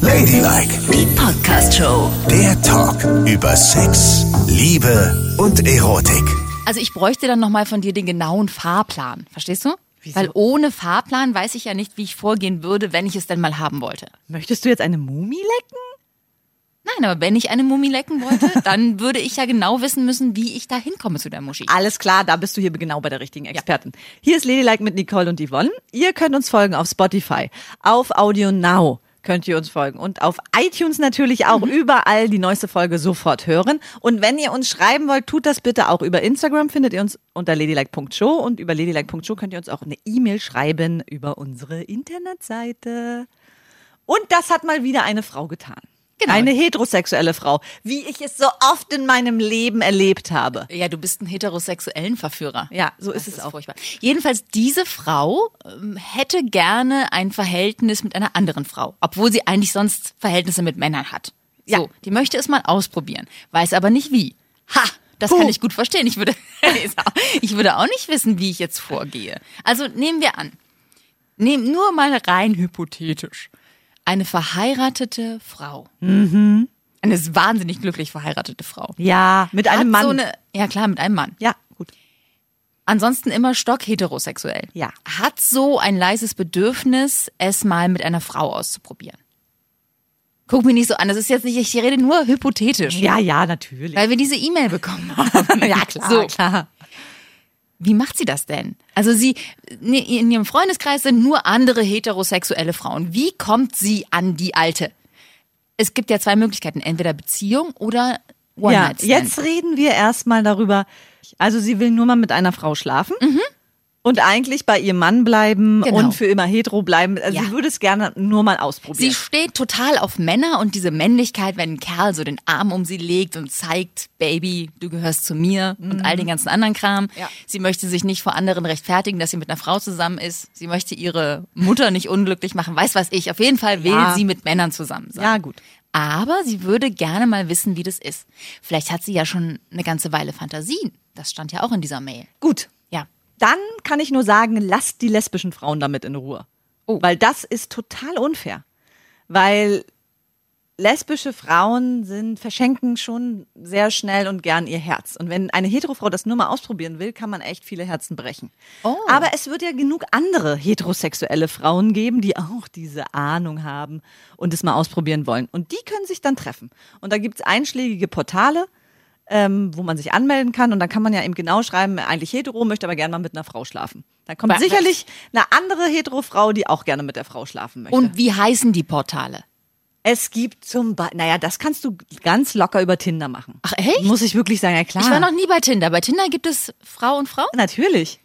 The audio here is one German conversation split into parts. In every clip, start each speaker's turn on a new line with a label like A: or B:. A: Ladylike,
B: Die Podcast Show.
A: der Talk über Sex, Liebe und Erotik.
C: Also ich bräuchte dann nochmal von dir den genauen Fahrplan. Verstehst du?
D: Wieso?
C: Weil ohne Fahrplan weiß ich ja nicht, wie ich vorgehen würde, wenn ich es denn mal haben wollte.
D: Möchtest du jetzt eine Mumie lecken?
C: Nein, aber wenn ich eine Mumie lecken wollte, dann würde ich ja genau wissen müssen, wie ich da hinkomme zu der Muschi.
D: Alles klar, da bist du hier genau bei der richtigen Expertin. Hier ist Ladylike mit Nicole und Yvonne. Ihr könnt uns folgen auf Spotify, auf Audio Now könnt ihr uns folgen und auf iTunes natürlich auch überall die neueste Folge sofort hören. Und wenn ihr uns schreiben wollt, tut das bitte auch über Instagram, findet ihr uns unter ladylike.show und über ladylike.show könnt ihr uns auch eine E-Mail schreiben über unsere Internetseite. Und das hat mal wieder eine Frau getan.
C: Genau.
D: Eine heterosexuelle Frau, wie ich es so oft in meinem Leben erlebt habe.
C: Ja, du bist ein heterosexuellen Verführer.
D: Ja, so ist
C: Das
D: es auch.
C: Furchtbar. Jedenfalls, diese Frau ähm, hätte gerne ein Verhältnis mit einer anderen Frau, obwohl sie eigentlich sonst Verhältnisse mit Männern hat.
D: Ja.
C: So, die möchte es mal ausprobieren, weiß aber nicht wie. Ha! Das kann
D: Puh.
C: ich gut verstehen. Ich würde, ich würde auch nicht wissen, wie ich jetzt vorgehe. Also nehmen wir an, nehmen nur mal rein hypothetisch, eine verheiratete Frau. Mhm. Eine wahnsinnig glücklich verheiratete Frau.
D: Ja, mit einem
C: Hat
D: Mann.
C: So eine, ja klar, mit einem Mann.
D: ja, gut.
C: Ansonsten immer stockheterosexuell.
D: Ja.
C: Hat so ein leises Bedürfnis, es mal mit einer Frau auszuprobieren. Guck mich nicht so an. Das ist jetzt nicht, ich rede nur hypothetisch.
D: Ja, ja, natürlich.
C: Weil wir diese E-Mail bekommen haben.
D: Ja, klar,
C: So.
D: klar.
C: Wie macht sie das denn? Also sie, in ihrem Freundeskreis sind nur andere heterosexuelle Frauen. Wie kommt sie an die alte? Es gibt ja zwei Möglichkeiten. Entweder Beziehung oder one
D: ja,
C: night stand
D: jetzt reden wir erstmal darüber. Also sie will nur mal mit einer Frau schlafen. Und eigentlich bei ihrem Mann bleiben
C: Mhm. Genau.
D: und für immer hetero bleiben. Also
C: Ja.
D: sie würde es gerne nur mal
C: Sie
D: ausprobieren.
C: steht total auf Männer und diese Männlichkeit, wenn ein Kerl so den Arm um sie legt und zeigt, Baby, du gehörst zu mir und all den ganzen anderen Kram.
D: Mhm. Ja.
C: Sie möchte sich nicht vor anderen rechtfertigen, dass sie mit einer Frau zusammen ist. Sie möchte ihre Mutter nicht unglücklich machen. Weiß was ich. Auf jeden Fall will
D: Ja.
C: sie mit Männern zusammen sein.
D: ja, gut.
C: Aber sie würde gerne mal wissen, wie das ist. Vielleicht hat sie ja schon eine ganze Weile Fantasien. Das stand ja auch in dieser Mail.
D: Gut.
C: Ja.
D: Dann kann ich nur sagen, lasst die lesbischen Frauen damit in Ruhe.
C: Oh.
D: Weil das ist total unfair. Weil lesbische Frauen sind, verschenken schon sehr schnell und gern ihr Herz. Und wenn eine Heterofrau das nur mal ausprobieren will, kann man echt viele Herzen brechen.
C: Oh.
D: Aber es wird ja genug andere heterosexuelle Frauen geben, die auch diese Ahnung haben und es mal ausprobieren wollen. Und die können sich dann treffen. Und da gibt es einschlägige Portale, ähm, wo man sich anmelden kann. Und dann kann man ja eben genau schreiben, eigentlich hetero, möchte aber gerne mal mit einer Frau schlafen. Da kommt
C: Was?
D: sicherlich eine andere hetero-Frau, die auch gerne mit der Frau schlafen möchte.
C: Und wie heißen die Portale?
D: Es gibt zum Beispiel, naja, das kannst du ganz locker über Tinder machen.
C: Ach, echt?
D: Muss ich wirklich sagen, ja klar.
C: Ich war noch nie bei Tinder. Bei Tinder gibt es Frau und Frau?
D: Natürlich.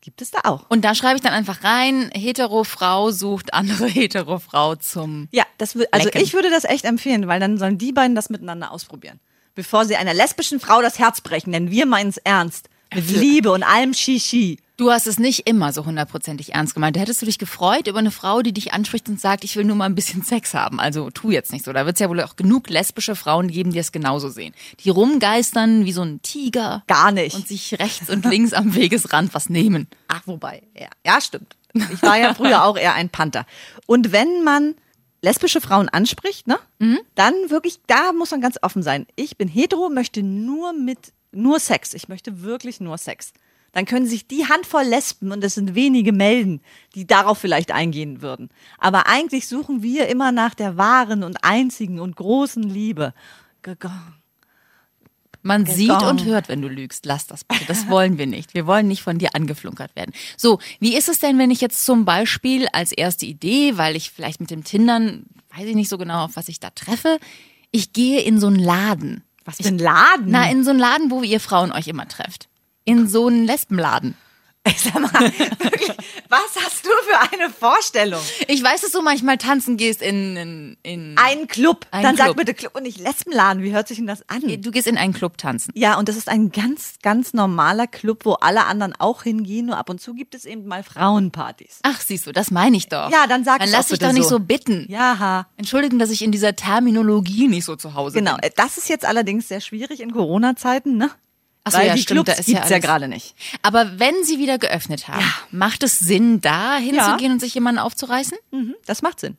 D: Gibt es da auch.
C: Und da schreibe ich dann einfach rein, hetero Frau sucht andere hetero Frau zum.
D: Ja, das wür- also
C: Lecken.
D: ich würde das echt empfehlen, weil dann sollen die beiden das miteinander ausprobieren. Bevor sie einer lesbischen Frau das Herz brechen, denn wir meinen es ernst. Mit Liebe und allem Shishi.
C: Du hast es nicht immer so hundertprozentig ernst gemeint. Da hättest du dich gefreut über eine Frau, die dich anspricht und sagt, ich will nur mal ein bisschen Sex haben. Also tu jetzt nicht so. Da wird es ja wohl auch genug lesbische Frauen geben, die es genauso sehen. Die rumgeistern wie so ein Tiger
D: Gar nicht.
C: und sich rechts und links am Wegesrand was nehmen.
D: Ach, wobei, ja, ja, stimmt. Ich war ja früher auch eher ein Panther. Und wenn man lesbische Frauen anspricht, ne, dann wirklich, da muss man ganz offen sein. Ich bin hetero, möchte nur mit, nur Sex. Ich möchte wirklich nur Sex. Dann können sich die Handvoll Lesben, und es sind wenige, melden, die darauf vielleicht eingehen würden. Aber eigentlich suchen wir immer nach der wahren und einzigen und großen Liebe. Gegangen.
C: Man sieht
D: Gong.
C: und hört, wenn du lügst. Lass das bitte. Das wollen wir nicht. Wir wollen nicht von dir angeflunkert werden. So, wie ist es denn, wenn ich jetzt zum Beispiel als erste Idee, weil ich vielleicht mit dem Tindern, weiß ich nicht so genau, auf was ich da treffe, ich gehe in so einen Laden.
D: Was für ein Laden?
C: Na, in so einen Laden, wo ihr Frauen euch immer trefft. In so einen Lesbenladen.
D: Sag mal, wirklich, was hast du für eine Vorstellung?
C: Ich weiß, dass du manchmal tanzen gehst in, in, in
D: Ein Club.
C: Ein
D: Dann
C: Club.
D: sag bitte Club und nicht Lesbenladen. Wie hört sich denn das an?
C: du gehst in einen Club tanzen.
D: Ja, und das ist ein ganz, ganz normaler Club, wo alle anderen auch hingehen. Nur ab und zu gibt es eben mal Frauenpartys.
C: Ach, siehst du, das meine ich doch.
D: Ja, dann sag
C: Dann
D: es
C: lass
D: auch
C: dich
D: bitte
C: doch nicht
D: so.
C: so bitten.
D: Ja, ha.
C: Entschuldigen, dass ich in dieser Terminologie nicht so zu Hause
D: genau.
C: bin.
D: Das ist jetzt allerdings sehr schwierig in Corona-Zeiten, ne?
C: Ach so,
D: Weil
C: ja,
D: die
C: stimmt, da
D: Clubs
C: ist ja
D: gibt's ja
C: alles-
D: gerade nicht.
C: Aber wenn sie wieder geöffnet haben, macht es Sinn, da hinzugehen
D: Ja. Hm?
C: und sich jemanden aufzureißen?
D: Mhm, das macht Sinn.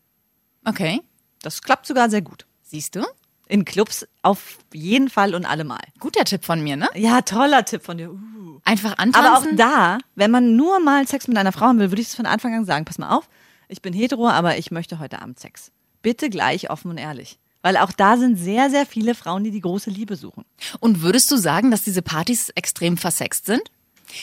C: Okay.
D: Das klappt sogar sehr gut.
C: Siehst du?
D: In Clubs auf jeden Fall und allemal.
C: Guter Tipp von mir, ne?
D: Ja, toller Tipp von dir. Uh.
C: Einfach antanzen.
D: Aber auch da, wenn man nur mal Sex mit einer Frau haben will, würde ich es von Anfang an sagen, pass mal auf, ich bin hetero, aber ich möchte heute Abend Sex. Bitte gleich offen und ehrlich. Weil auch da sind sehr, sehr viele Frauen, die die große Liebe suchen.
C: Und würdest du sagen, dass diese Partys extrem versext sind?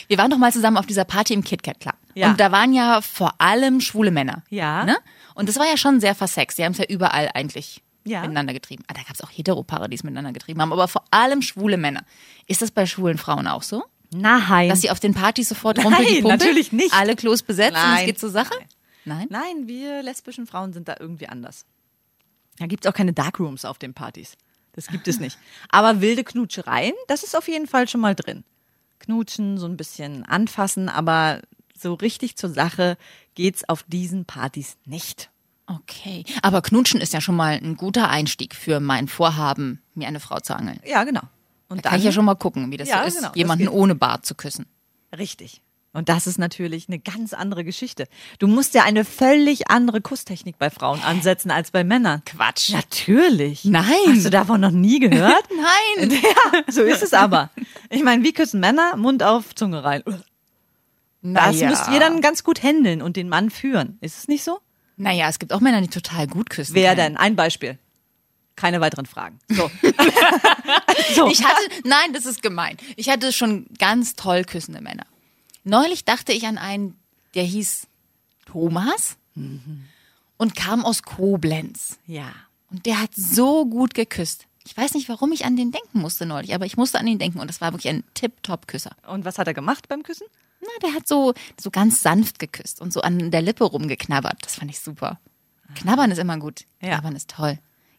C: Wir waren doch mal zusammen auf dieser Party im KitKat Club.
D: Ja.
C: Und da waren ja vor allem schwule Männer.
D: Ja.
C: Ne? Und das war ja schon sehr versext. Die haben es ja überall eigentlich
D: Ja.
C: miteinander getrieben. Ah, da gab es auch Heteropaare, die es miteinander getrieben haben. Aber vor allem schwule Männer. Ist das bei schwulen Frauen auch so?
D: Nein.
C: Dass sie auf den Partys sofort
D: Nein,
C: rumpeln, die Pumpe,
D: natürlich nicht.
C: Alle Klos besetzt und es
D: Nein.
C: geht zur Sache? Nein.
D: Nein, wir lesbischen Frauen sind da irgendwie anders. Da gibt es auch keine Darkrooms auf den Partys. Das gibt es nicht. Aber wilde Knutschereien, das ist auf jeden Fall schon mal drin. Knutschen, so ein bisschen anfassen, aber so richtig zur Sache geht's auf diesen Partys nicht.
C: Okay. Aber Knutschen ist ja schon mal ein guter Einstieg für mein Vorhaben, mir eine Frau zu angeln.
D: Ja, genau. Und
C: Da kann ich ja schon mal gucken, wie das
D: Ja,
C: so ist,
D: genau, das
C: jemanden
D: geht.
C: ohne Bart zu küssen.
D: Richtig. Und das ist natürlich eine ganz andere Geschichte. Du musst ja eine völlig andere Kusstechnik bei Frauen ansetzen als bei Männern.
C: Quatsch.
D: Natürlich.
C: Nein.
D: Hast du davon noch nie gehört?
C: Nein.
D: ja, so ist es aber. Ich meine, wie küssen Männer? Mund auf, Zunge rein. Das
C: Naja.
D: müsst ihr dann ganz gut handeln und den Mann führen. Ist es nicht so?
C: Naja, es gibt auch Männer, die total gut küssen.
D: Wer
C: können.
D: denn? Ein Beispiel. Keine weiteren Fragen. So.
C: Ich hatte, nein, das ist gemein. Ich hatte schon ganz toll küssende Männer. Neulich dachte ich an einen, der hieß Thomas
D: Mhm.
C: und kam aus Koblenz.
D: Ja.
C: Und der hat so gut geküsst. Ich weiß nicht, warum ich an den denken musste neulich, aber ich musste an ihn denken und das war wirklich ein Tip-Top-Küsser.
D: Und was hat er gemacht beim Küssen?
C: Na, der hat so, so ganz sanft geküsst und so an der Lippe rumgeknabbert. Das fand ich super. Knabbern ist immer gut.
D: Ja.
C: Knabbern ist toll.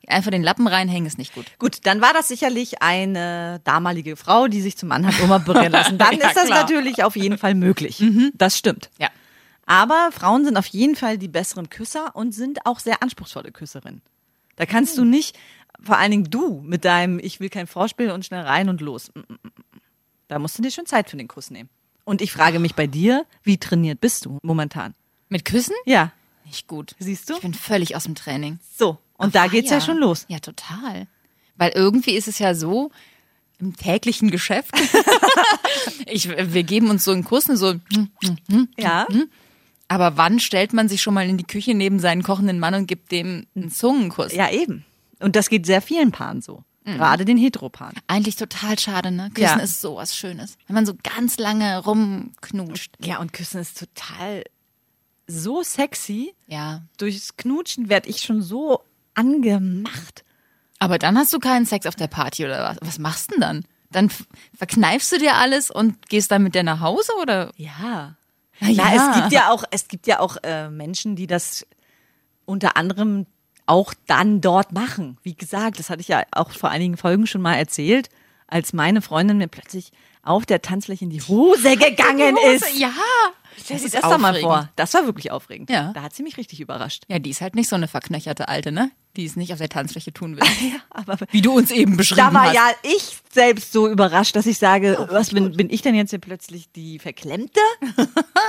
C: Einfach den Lappen reinhängen ist nicht gut.
D: Gut, dann war das sicherlich eine damalige Frau, die sich zum Mann hat umoperieren lassen. Dann
C: Ja,
D: ist das
C: klar.
D: natürlich auf jeden Fall möglich. Das stimmt.
C: Ja.
D: Aber Frauen sind auf jeden Fall die besseren Küsser und sind auch sehr anspruchsvolle Küsserinnen. Da kannst du nicht, vor allen Dingen du mit deinem Ich will kein Vorspiel und schnell rein und los. Mm, mm, mm, mm. Da musst du dir schon Zeit für den Kuss nehmen. Und ich frage mich bei dir, wie trainiert bist du momentan?
C: Mit Küssen?
D: Ja,
C: Nicht gut.
D: Siehst du?
C: Ich bin völlig aus dem Training.
D: so. Und da geht's ja.
C: Ah,
D: schon los.
C: Ja, total. Weil irgendwie ist es ja so im täglichen Geschäft. ich, wir geben uns so einen Kuss, und so, hm, hm, hm.
D: Ja,
C: aber wann stellt man sich schon mal in die Küche neben seinen kochenden Mann und gibt dem einen Zungenkuss?
D: ja eben. Und das geht sehr vielen Paaren so. Gerade den Heteropaaren.
C: Eigentlich total schade, ne? Küssen
D: Ja.
C: ist sowas Schönes. Wenn man so ganz lange rumknutscht.
D: Ja, und Küssen ist total so sexy.
C: Ja.
D: Durchs Knutschen werde ich schon so angemacht.
C: Aber dann hast du keinen Sex auf der Party oder was? Was machst du denn dann? Dann f- verkneifst du dir alles und gehst dann mit der nach Hause oder?
D: Ja.
C: Na
D: Na,
C: ja.
D: es gibt ja auch, es gibt ja auch äh, Menschen, die das unter anderem auch dann dort machen. Wie gesagt, das hatte ich ja auch vor einigen Folgen schon mal erzählt, als meine Freundin mir plötzlich auf der Tanzfläche in die Hose gegangen ist.
C: Ja.
D: Stell dir
C: ist
D: das doch mal
C: aufregend.
D: vor. Das war wirklich aufregend.
C: Ja.
D: Da hat sie mich richtig überrascht.
C: Ja, die ist halt nicht so eine verknöcherte Alte, ne? Die es nicht auf der Tanzfläche tun will.
D: Ja, aber
C: Wie du uns eben beschrieben
D: da war
C: hast.
D: ja ich selbst so überrascht, dass ich sage, was bin, bin ich denn jetzt hier plötzlich die Verklemmte?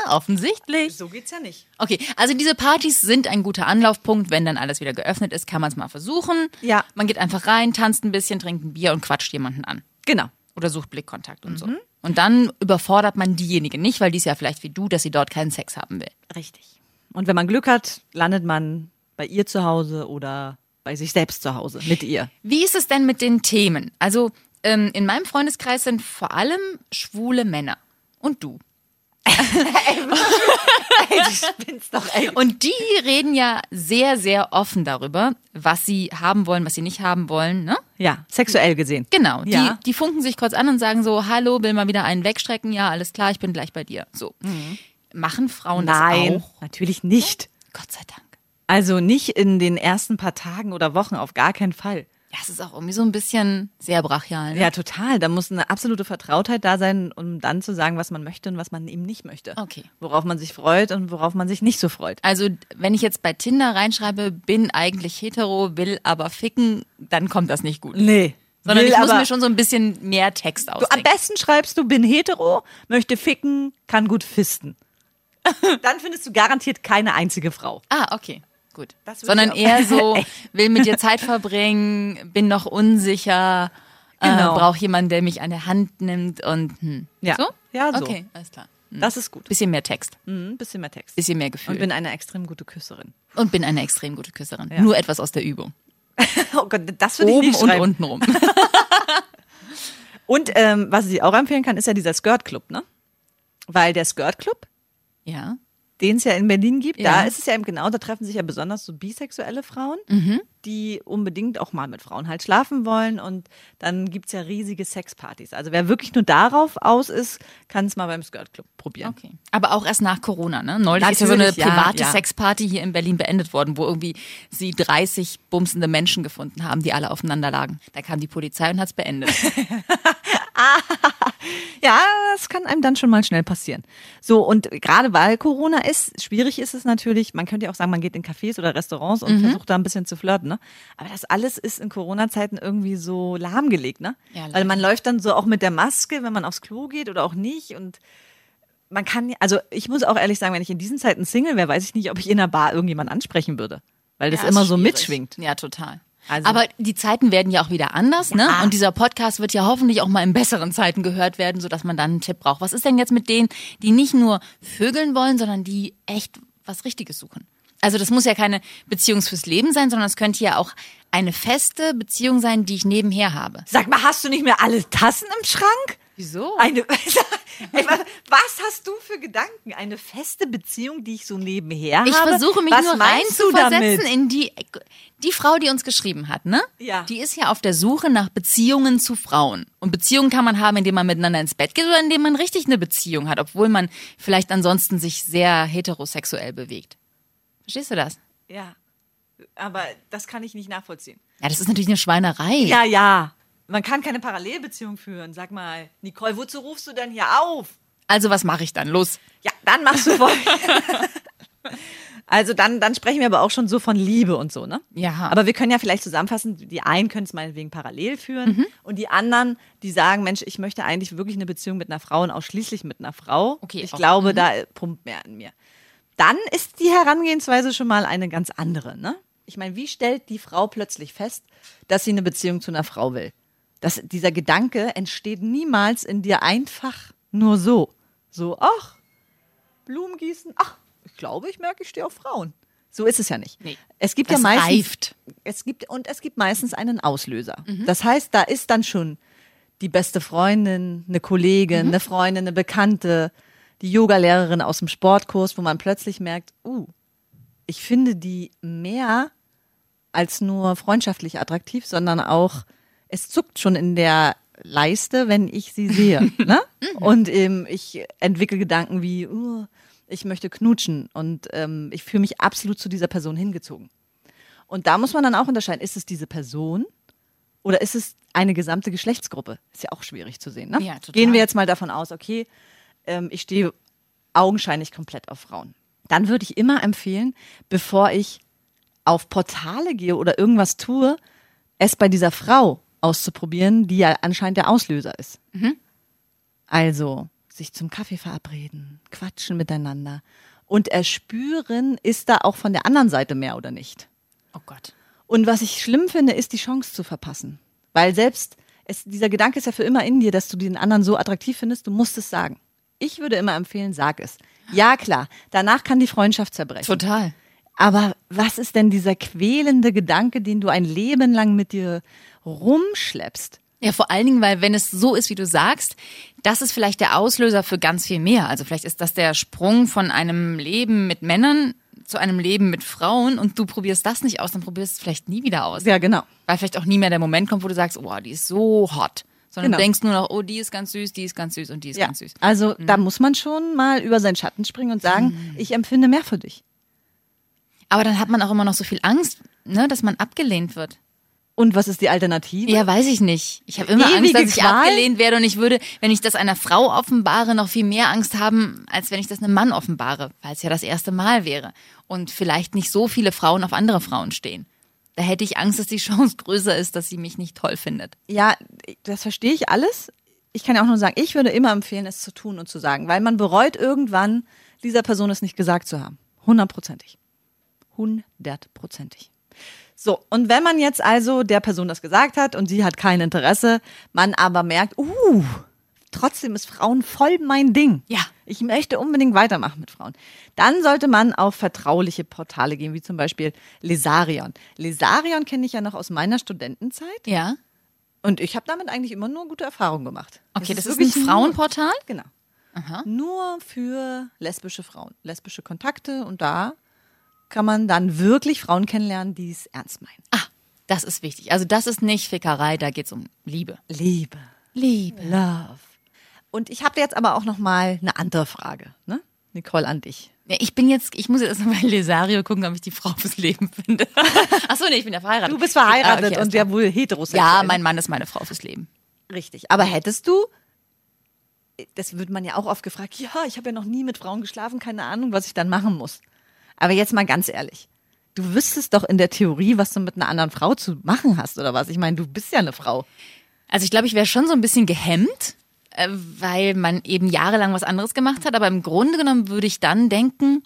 C: Ah, offensichtlich.
D: So geht's ja nicht.
C: Okay, also diese Partys sind ein guter Anlaufpunkt. Wenn dann alles wieder geöffnet ist, kann man es mal versuchen.
D: Ja.
C: Man geht einfach rein, tanzt ein bisschen, trinkt ein Bier und quatscht jemanden an.
D: Genau.
C: Oder sucht Blickkontakt und so. Und dann überfordert man diejenige nicht, weil die ist ja vielleicht wie du, dass sie dort keinen Sex haben will.
D: Richtig. Und wenn man Glück hat, landet man bei ihr zu Hause oder bei sich selbst zu Hause mit ihr.
C: Wie ist es denn mit den Themen? Also ähm, in meinem Freundeskreis sind vor allem schwule Männer. Und du.
D: Ich bin's doch, ey.
C: Und die reden ja sehr, sehr offen darüber, was sie haben wollen, was sie nicht haben wollen. Ne?
D: Ja, sexuell gesehen.
C: Genau.
D: Ja.
C: Die, die funken sich kurz an und sagen so, hallo, will mal wieder einen wegstrecken. Ja, alles klar, ich bin gleich bei dir. So. Machen Frauen
D: Nein,
C: das auch?
D: natürlich nicht.
C: Gott sei Dank.
D: Also nicht in den ersten paar Tagen oder Wochen, auf gar keinen Fall.
C: Ja, es ist auch irgendwie so ein bisschen sehr brachial. Ne?
D: Ja, total. Da muss eine absolute Vertrautheit da sein, um dann zu sagen, was man möchte und was man eben nicht möchte.
C: Okay.
D: Worauf man sich freut und worauf man sich nicht so freut.
C: Also, wenn ich jetzt bei Tinder reinschreibe, bin eigentlich hetero, will aber ficken, dann kommt das nicht gut.
D: Nee.
C: Sondern
D: Will
C: ich muss
D: aber-
C: mir schon so ein bisschen mehr Text
D: Du, am
C: ausdenken.
D: besten schreibst du, bin hetero, möchte ficken, kann gut fisten. Dann findest du garantiert keine einzige Frau.
C: ah, okay. gut.
D: Das würde
C: Sondern
D: ich auch-
C: eher so, will mit dir Zeit verbringen, bin noch unsicher,
D: Genau.
C: äh, brauche jemanden, der mich an der Hand nimmt und hm.
D: Ja.
C: So?
D: Ja, so.
C: Okay, alles klar. Hm.
D: Das ist gut.
C: Bisschen mehr Text,
D: Mhm, bisschen mehr Text.
C: bisschen mehr
D: Und
C: Gefühl.
D: bin eine extrem gute Küsserin.
C: Und bin eine extrem gute Küsserin.
D: Ja.
C: Nur etwas aus der Übung.
D: Oh Gott, das würde ich
C: Oben
D: nicht
C: und
D: schreiben.
C: unten rum.
D: Und ähm, was ich auch empfehlen kann, ist ja dieser Skirt Club, ne? Weil der Skirt Club,
C: ja.
D: den es ja in Berlin gibt,
C: Ja.
D: da ist es ja eben genau, da treffen sich ja besonders so bisexuelle Frauen,
C: Mhm.
D: die unbedingt auch mal mit Frauen halt schlafen wollen und dann gibt es ja riesige Sexpartys. Also wer wirklich nur darauf aus ist, kann es mal beim Skirt Club probieren.
C: Okay. Aber auch erst nach Corona, ne? Neulich ist ja so eine
D: Natürlich, ja,
C: private
D: ja.
C: Sexparty hier in Berlin beendet worden, wo irgendwie sie 30 bumsende Menschen gefunden haben, die alle aufeinander lagen. Da kam die Polizei und hat's beendet.
D: Ja, das kann einem dann schon mal schnell passieren. So, und gerade weil Corona ist, schwierig ist es natürlich, man könnte ja auch sagen, man geht in Cafés oder Restaurants
C: Mhm.
D: und versucht da ein bisschen zu flirten, ne? Aber das alles ist in Corona-Zeiten irgendwie so lahmgelegt, ne?
C: Ja, leider.
D: weil man läuft dann so auch mit der Maske, wenn man aufs Klo geht oder auch nicht und man kann, also ich muss auch ehrlich sagen, wenn ich in diesen Zeiten Single wäre, weiß ich nicht, ob ich in einer Bar irgendjemand ansprechen würde, weil das
C: Ja,
D: immer
C: ist
D: so
C: schwierig.
D: mitschwingt.
C: Ja, total.
D: Also-
C: Aber die Zeiten werden ja auch wieder anders, ne? Und dieser Podcast wird ja hoffentlich auch mal in besseren Zeiten gehört werden, sodass man dann einen Tipp braucht. Was ist denn jetzt mit denen, die nicht nur vögeln wollen, sondern die echt was Richtiges suchen? Also das muss ja keine Beziehung fürs Leben sein, sondern es könnte ja auch eine feste Beziehung sein, die ich nebenher habe.
D: Sag mal, hast du nicht mehr alle Tassen im Schrank?
C: Wieso?
D: Eine, Ey, wa- was hast du für Gedanken? Eine feste Beziehung, die ich so nebenher
C: Ich
D: habe?
C: versuche mich
D: was
C: nur
D: meinst du
C: reinzuversetzen
D: damit?
C: in die die Frau, die uns geschrieben hat, ne?
D: Ja.
C: Die ist ja auf der Suche nach Beziehungen zu Frauen. Und Beziehungen kann man haben, indem man miteinander ins Bett geht oder indem man richtig eine Beziehung hat, obwohl man vielleicht ansonsten sich sehr heterosexuell bewegt. Verstehst du das?
D: Ja, aber das kann ich nicht nachvollziehen.
C: Ja, das ist natürlich eine Schweinerei.
D: Ja, ja. Man kann keine Parallelbeziehung führen. Sag mal, Nicole, wozu rufst du denn hier auf?
C: Also was mache ich dann? Los.
D: Ja, dann machst du voll. Also dann, dann sprechen wir aber auch schon so von Liebe und so, ne?
C: Ja.
D: Aber wir können ja vielleicht zusammenfassen, die einen können es meinetwegen parallel führen und die anderen, die sagen, Mensch, ich möchte eigentlich wirklich eine Beziehung mit einer Frau und ausschließlich mit einer Frau.
C: Okay,
D: ich
C: auch.
D: glaube, da pumpt mehr in mir. Dann ist die Herangehensweise schon mal eine ganz andere, ne? Ich meine, wie stellt die Frau plötzlich fest, dass sie eine Beziehung zu einer Frau will? Das, dieser Gedanke entsteht niemals in dir einfach nur so. So, ach, Blumen gießen. Ach, ich glaube, ich merke, ich stehe auf Frauen. So ist es ja nicht.
C: Nee.
D: Es gibt
C: Das
D: ja meistens
C: reift. Mhm.
D: Es gibt und es gibt meistens einen Auslöser. Das heißt, da ist dann schon die beste Freundin, eine Kollegin,
C: Mhm.
D: eine Freundin, eine Bekannte, die Yogalehrerin aus dem Sportkurs, wo man plötzlich merkt, uh, ich finde die mehr als nur freundschaftlich attraktiv, sondern auch, es zuckt schon in der Leiste, wenn ich sie sehe. ne?
C: Mhm.
D: Und ähm, ich entwickle Gedanken wie, uh, ich möchte knutschen und ähm, ich fühle mich absolut zu dieser Person hingezogen. Und da muss man dann auch unterscheiden, ist es diese Person oder ist es eine gesamte Geschlechtsgruppe? Ist ja auch schwierig zu sehen. Ne?
C: Ja, total.
D: Gehen wir jetzt mal davon aus, okay, ähm, ich stehe augenscheinlich komplett auf Frauen. Dann würde ich immer empfehlen, bevor ich auf Portale gehe oder irgendwas tue, es bei dieser Frau auszuprobieren, die ja anscheinend der Auslöser ist. Also sich zum Kaffee verabreden, quatschen miteinander und erspüren, ist da auch von der anderen Seite mehr oder nicht.
C: Oh Gott.
D: Und was ich schlimm finde, ist die Chance zu verpassen. Weil selbst es, dieser Gedanke ist ja für immer in dir, dass du den anderen so attraktiv findest, du musst es sagen. Ich würde immer empfehlen, sag es. Ja, klar, danach kann die Freundschaft zerbrechen.
C: Total.
D: Aber was ist denn dieser quälende Gedanke, den du ein Leben lang mit dir rumschleppst?
C: Ja, vor allen Dingen, weil wenn es so ist, wie du sagst, das ist vielleicht der Auslöser für ganz viel mehr. Also vielleicht ist das der Sprung von einem Leben mit Männern zu einem Leben mit Frauen und du probierst das nicht aus, dann probierst du es vielleicht nie wieder aus.
D: Ja, genau.
C: Weil vielleicht auch nie mehr der Moment kommt, wo du sagst, oh, die ist so hot. Sondern
D: Genau.
C: du denkst nur noch, oh, die ist ganz süß, die ist ganz süß und die ist
D: Ja.
C: ganz süß.
D: Also da muss man schon mal über seinen Schatten springen und sagen, ich empfinde mehr für dich.
C: Aber dann hat man auch immer noch so viel Angst, ne, dass man abgelehnt wird.
D: Und was ist die Alternative?
C: Ja, weiß ich nicht. Ich habe immer Angst,
D: Ewige
C: dass ich
D: Qual?
C: abgelehnt werde und ich würde, wenn ich das einer Frau offenbare, noch viel mehr Angst haben, als wenn ich das einem Mann offenbare, weil es ja das erste Mal wäre und vielleicht nicht so viele Frauen auf andere Frauen stehen. Da hätte ich Angst, dass die Chance größer ist, dass sie mich nicht toll findet.
D: ja, das verstehe ich alles. Ich kann ja auch nur sagen, ich würde immer empfehlen, es zu tun und zu sagen, weil man bereut irgendwann, dieser Person es nicht gesagt zu haben. Hundertprozentig. hundertprozentig. So, und wenn man jetzt also der Person das gesagt hat und sie hat kein Interesse, man aber merkt, uh, trotzdem ist Frauen voll mein Ding.
C: Ja.
D: Ich möchte unbedingt weitermachen mit Frauen. Dann sollte man auf vertrauliche Portale gehen, wie zum Beispiel Lesarion. Lesarion kenne ich ja noch aus meiner Studentenzeit
C: Ja.
D: und ich habe damit eigentlich immer nur gute Erfahrungen gemacht.
C: Okay, das ist
D: wirklich
C: ein
D: nur-
C: Frauenportal?
D: Genau. Nur für lesbische Frauen, lesbische Kontakte und da kann man dann wirklich Frauen kennenlernen, die es ernst meinen.
C: Ah, das ist wichtig. Also das ist nicht Fickerei, da geht's um Liebe.
D: Liebe.
C: Liebe.
D: Love. Und ich habe jetzt aber auch noch mal eine andere Frage, ne? Nicole an dich.
C: Ja, ich bin jetzt, ich muss jetzt erstmal bei Lesario gucken, ob ich die Frau fürs Leben finde. Achso, nee, ich bin ja verheiratet.
D: Du bist verheiratet
C: Ah, okay,
D: und
C: alles
D: ja wohl heterosexuell.
C: klar. Ja, mein Mann ist meine Frau fürs Leben.
D: richtig. Aber hättest du das wird man ja auch oft gefragt, ja, ich habe ja noch nie mit Frauen geschlafen, keine Ahnung, was ich dann machen muss. Aber jetzt mal ganz ehrlich, du wüsstest doch in der Theorie, was du mit einer anderen Frau zu machen hast oder was? Ich meine, du bist ja eine Frau.
C: Also ich glaube, ich wäre schon so ein bisschen gehemmt, äh, weil man eben jahrelang was anderes gemacht hat. Aber im Grunde genommen würde ich dann denken,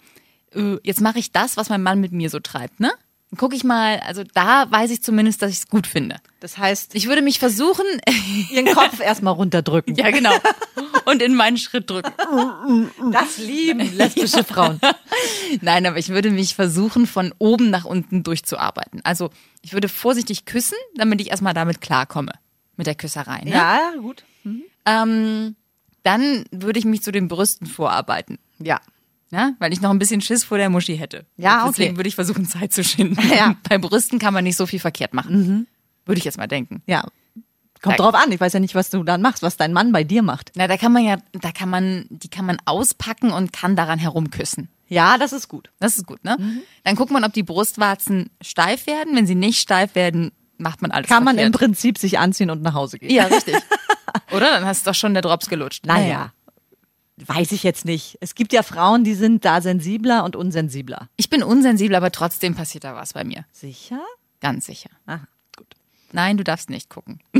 C: äh, jetzt mache ich das, was mein Mann mit mir so treibt, ne? Dann Guck ich mal, also da weiß ich zumindest, dass ich es gut finde.
D: Das heißt,
C: Ich würde mich versuchen,
D: ihren Kopf erstmal runterdrücken.
C: ja genau, und in meinen Schritt drücken.
D: Das lieben lesbische Frauen.
C: Nein, aber ich würde mich versuchen, von oben nach unten durchzuarbeiten. Also ich würde vorsichtig küssen, damit ich erstmal damit klarkomme. Mit der Küsserei. Ne?
D: Ja, gut.
C: Ähm, dann würde ich mich zu den Brüsten vorarbeiten.
D: Ja.
C: Ne? Weil ich noch ein bisschen Schiss vor der Muschi hätte.
D: Ja,
C: Deswegen
D: okay.
C: würde ich versuchen, Zeit zu schinden.
D: Ja. Mhm.
C: Bei Brüsten kann man nicht so viel verkehrt machen. Würde ich jetzt mal denken.
D: Ja. Kommt
C: Da-
D: drauf an. Ich weiß ja nicht, was du dann machst, was dein Mann bei dir macht.
C: Na, da kann man ja, da kann man, die kann man auspacken und kann daran herumküssen.
D: Ja, das ist gut.
C: Das ist gut, ne?
D: Mhm.
C: Dann guckt man, ob die Brustwarzen steif werden. Wenn sie nicht steif werden, macht man alles
D: Kann man
C: verkehrt.
D: im Prinzip sich anziehen und nach Hause gehen.
C: Ja, richtig. Oder? Dann hast du doch schon der Drops gelutscht.
D: Naja. Weiß ich jetzt nicht. Es gibt ja Frauen, die sind da sensibler und unsensibler.
C: Ich bin unsensibel, aber trotzdem passiert da was bei mir.
D: Sicher?
C: Ganz sicher.
D: Aha, gut.
C: Nein, du darfst nicht gucken.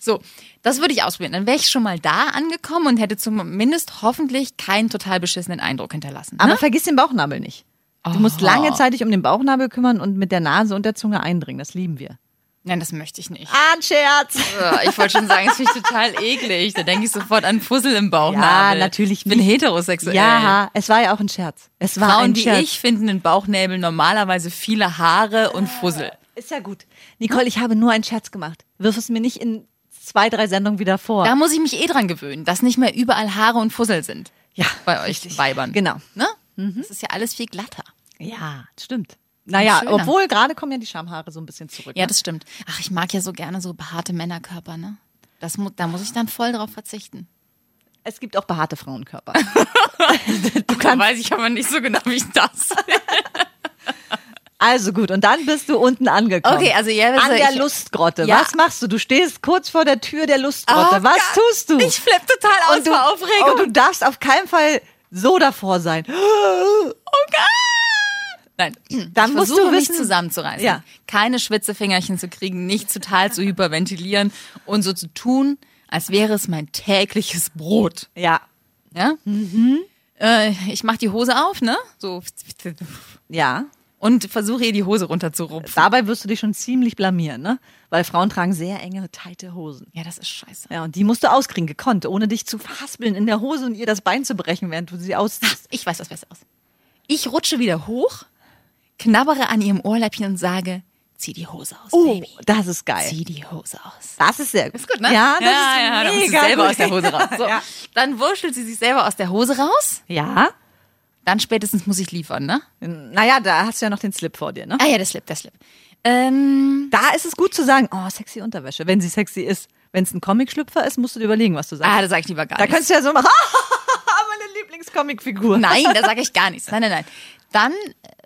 C: so, das würde ich ausprobieren. Dann wäre ich schon mal da angekommen und hätte zumindest hoffentlich keinen total beschissenen Eindruck hinterlassen.
D: Aber
C: ne?
D: vergiss den Bauchnabel nicht. Du musst
C: Aha.
D: lange Zeit dich um den Bauchnabel kümmern und mit der Nase und der Zunge eindringen. Das lieben wir.
C: Nein, das möchte ich nicht.
D: Ah, ein Scherz.
C: Äh, Ich wollte schon sagen, es finde ich total eklig. Da denke ich sofort an Fussel im Bauchnabel.
D: Ja, natürlich
C: Ich bin
D: nicht.
C: heterosexuell.
D: Ja, es war ja auch ein Scherz. Es war
C: Frauen
D: ein
C: wie
D: Scherz.
C: ich finden in Bauchnäbeln normalerweise viele Haare und Fussel.
D: Ist ja gut. Nicole, ich habe nur einen Scherz gemacht. Wirf es mir nicht in zwei, drei Sendungen wieder vor.
C: Da muss ich mich eh dran gewöhnen, dass nicht mehr überall Haare und Fussel sind.
D: Ja,
C: Bei euch Weibern.
D: Genau.
C: Ne? Das ist ja alles viel glatter.
D: Ja, stimmt. Naja,
C: Schöner.
D: obwohl gerade kommen ja die Schamhaare so ein bisschen zurück.
C: Ja,
D: ne?
C: das stimmt. Ach, ich mag ja so gerne so behaarte Männerkörper, ne? Das mu da muss ich dann voll drauf verzichten.
D: es gibt auch behaarte Frauenkörper.
C: Du kannst weiß ich aber nicht so genau, wie ich
D: Oh
C: das.
D: also gut, und dann bist du unten angekommen.
C: Okay, also ja,
D: An
C: also
D: der
C: ich-
D: Lustgrotte.
C: Ja.
D: Was machst du? Du stehst kurz vor der Tür der Lustgrotte.
C: Oh
D: Was
C: Gott,
D: tust du?
C: Ich flipp total aus
D: und du,
C: vor Aufregung.
D: Und du darfst auf keinen Fall so davor sein.
C: Nein,
D: Dann
C: ich
D: musst
C: versuche,
D: du
C: mich
D: wissen-
C: zusammenzureißen.
D: Ja.
C: Keine Schwitzefingerchen zu kriegen, nicht total zu hyperventilieren und so zu tun, als wäre es mein tägliches Brot.
D: Ja,
C: Ja?
D: Mhm.
C: Äh, ich mache die Hose auf, ne? So
D: ja.
C: und versuche ihr die Hose runterzurupfen.
D: Dabei wirst du dich schon ziemlich blamieren, ne? Weil Frauen tragen sehr enge, teite Hosen.
C: Ja, das ist scheiße.
D: Ja, und die musst du auskriegen, gekonnt, ohne dich zu verhaspeln in der Hose und ihr das Bein zu brechen, während du sie ausziehst.
C: Ich weiß was Besseres. Ich rutsche wieder hoch, knabbere an ihrem Ohrläppchen und sage, zieh die Hose aus,
D: Oh,
C: Ah, Baby.
D: das ist geil.
C: Zieh die Hose aus.
D: Das ist sehr gut.
C: Ist gut, ne?
D: Ja, das
C: ja,
D: ist
C: ja,
D: mega
C: dann muss sie selber
D: gut.
C: aus der Hose raus. So.
D: Ja.
C: Dann wurschelt sie sich selber aus der Hose raus.
D: ja.
C: Dann spätestens muss ich liefern, ne?
D: Naja, da hast du ja noch den Slip vor dir, ne?
C: Ah ja, der Slip, der Slip. Ähm,
D: Da ist es gut zu sagen, oh, sexy Unterwäsche, wenn sie sexy ist. Wenn es ein Comic-Schlüpfer ist, musst du dir überlegen, was du sagst.
C: ah, da sage ich lieber gar
D: da
C: nichts.
D: kannst du ja so machen, ah, meine Lieblingscomicfigur.
C: Nein, da sage ich gar nichts. Nein, nein, nein. Dann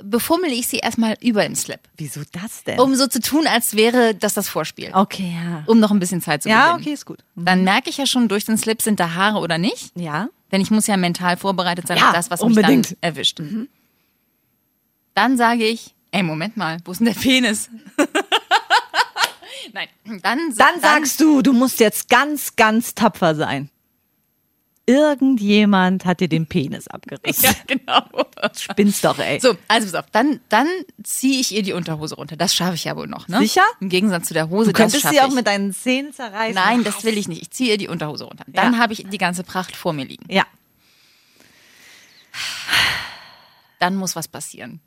C: befummel ich sie erstmal über dem Slip,
D: Wieso das denn?
C: um so zu tun, als wäre das das Vorspiel,
D: Okay, ja.
C: um noch ein bisschen Zeit zu gewinnen.
D: Ja, okay, ist gut.
C: Dann merke ich ja schon, durch den Slip sind da Haare oder nicht.
D: Ja.
C: Denn ich muss ja mental vorbereitet sein
D: Ja,
C: auf das, was mich
D: unbedingt. Mhm.
C: dann erwischt. Dann sage ich, ey, Moment mal, wo ist denn der Penis? Nein, dann, sa-
D: Dann sagst du, du musst jetzt ganz, ganz tapfer sein. Irgendjemand hat dir den Penis abgerissen.
C: Ja, genau.
D: Spinnst doch, ey.
C: So, also pass auf, dann, dann ziehe ich ihr die Unterhose runter. Das schaffe ich ja wohl noch, ne?
D: Sicher?
C: Im Gegensatz zu der Hose,
D: du könntest
C: das schaffe
D: sie auch
C: ich.
D: mit deinen Zähnen zerreißen.
C: Nein, das will ich nicht. Ich ziehe ihr die Unterhose runter. Dann
D: Ja.
C: habe ich die ganze Pracht vor mir liegen.
D: Ja.
C: Dann muss was passieren.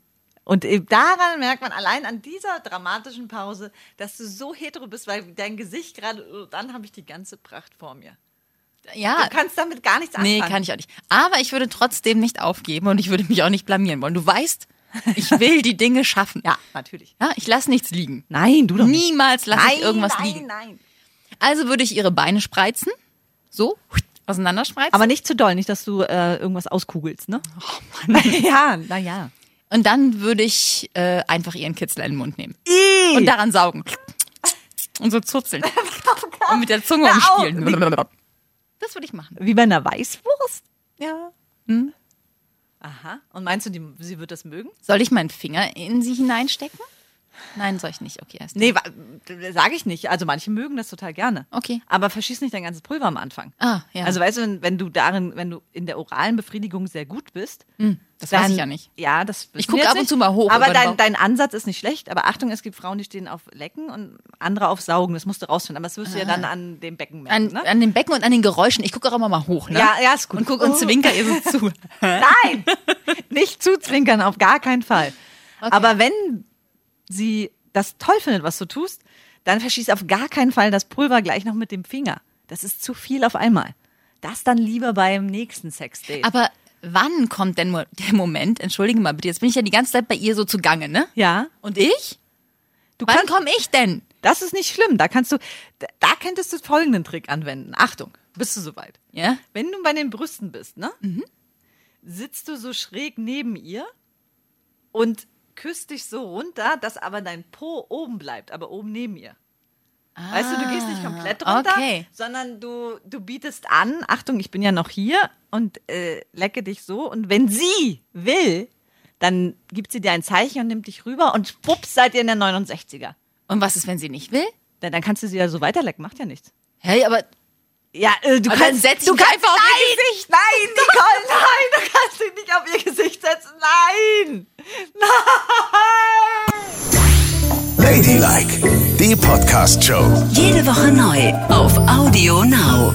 D: Und eben daran merkt man allein an dieser dramatischen Pause, dass du so hetero bist, weil dein Gesicht gerade, oh, dann habe ich die ganze Pracht vor mir.
C: Ja,
D: Du kannst damit gar nichts anfangen.
C: nee, kann ich auch nicht. Aber ich würde trotzdem nicht aufgeben und ich würde mich auch nicht blamieren wollen. Du weißt, ich will die Dinge schaffen.
D: Ja, natürlich.
C: Ja, ich lasse nichts liegen.
D: Nein, du doch nicht.
C: Niemals lasse ich
D: Nein,
C: irgendwas
D: nein,
C: liegen.
D: nein.
C: Also würde ich ihre Beine spreizen. So, auseinanderspreizen.
D: Aber nicht zu doll, nicht, dass du äh, irgendwas auskugelst, ne? Oh Mann. ja, naja.
C: und dann würde ich äh, einfach ihren Kitzler in den Mund nehmen.
D: Eh.
C: Und daran saugen. Und so zuzeln.
D: Oh
C: und mit der Zunge
D: Hör auf.
C: umspielen. Das würde ich machen.
D: Wie bei einer Weißwurst?
C: Ja.
D: Hm? Aha. Und meinst du, die, sie wird das mögen?
C: Soll ich meinen Finger in sie hineinstecken? Nein, soll ich nicht. Okay, erst.
D: Nee, sage ich nicht. Also manche mögen das total gerne.
C: Okay.
D: Aber verschieß nicht dein ganzes Pulver am Anfang.
C: Ah, ja.
D: Also weißt du, wenn, wenn du darin, wenn du in der oralen Befriedigung sehr gut bist,
C: Hm, das
D: dann,
C: weiß ich ja nicht.
D: Ja, das wissen
C: guck
D: wir jetzt
C: ab und
D: nicht.
C: zu mal hoch über
D: Aber
C: den Bauch.
D: dein, dein Ansatz ist nicht schlecht. Aber Achtung, es gibt Frauen, die stehen auf Lecken und andere auf Saugen. Das musst du rausfinden. Aber das wirst du ja dann an dem Becken merken.
C: Ah. An,
D: ne?
C: an den Becken und an den Geräuschen. Ich gucke auch immer mal hoch, ne?
D: Ja, ja, ist gut.
C: Und gucke und
D: Oh.
C: zwinker ihr so zu.
D: Nein! Nicht zuzwinkern, auf gar keinen Fall.
C: Okay.
D: Aber wenn sie das toll findet, was du tust, dann verschieß auf gar keinen Fall das Pulver gleich noch mit dem Finger. Das ist zu viel auf einmal. Das dann lieber beim nächsten Sexdate.
C: Aber wann kommt denn mo- der Moment? Entschuldige mal bitte, jetzt bin ich ja die ganze Zeit bei ihr so zugange, ne?
D: ja,
C: Und ich?
D: du
C: Wann
D: kannst,
C: komme ich denn?
D: das ist nicht schlimm. Da kannst du, da- da könntest du folgenden Trick anwenden. Achtung, bist du soweit?
C: Ja?
D: Wenn du bei den Brüsten bist, ne? Sitzt du so schräg neben ihr und küsst dich so runter, dass aber dein Po oben bleibt, aber oben neben ihr. Weißt du, du gehst nicht komplett runter,
C: okay.
D: sondern du, du bietest an, Achtung, ich bin ja noch hier und äh, lecke dich so. Und wenn sie will, dann gibt sie dir ein Zeichen und nimmt dich rüber und pups, seid ihr in der 69er.
C: Und was ist, wenn sie nicht will?
D: Dann, dann kannst du sie ja so weiterlecken, macht ja nichts.
C: Hey, aber
D: Ja, äh, du
C: Aber dann
D: kannst
C: setz
D: du
C: dich
D: kannst,
C: einfach auf ihr
D: nein, Gesicht. Nein, Nicole, nein, du kannst dich nicht auf ihr Gesicht setzen. Nein.
A: Ladylike, die Podcast-Show.
B: Jede Woche neu auf Audio Now.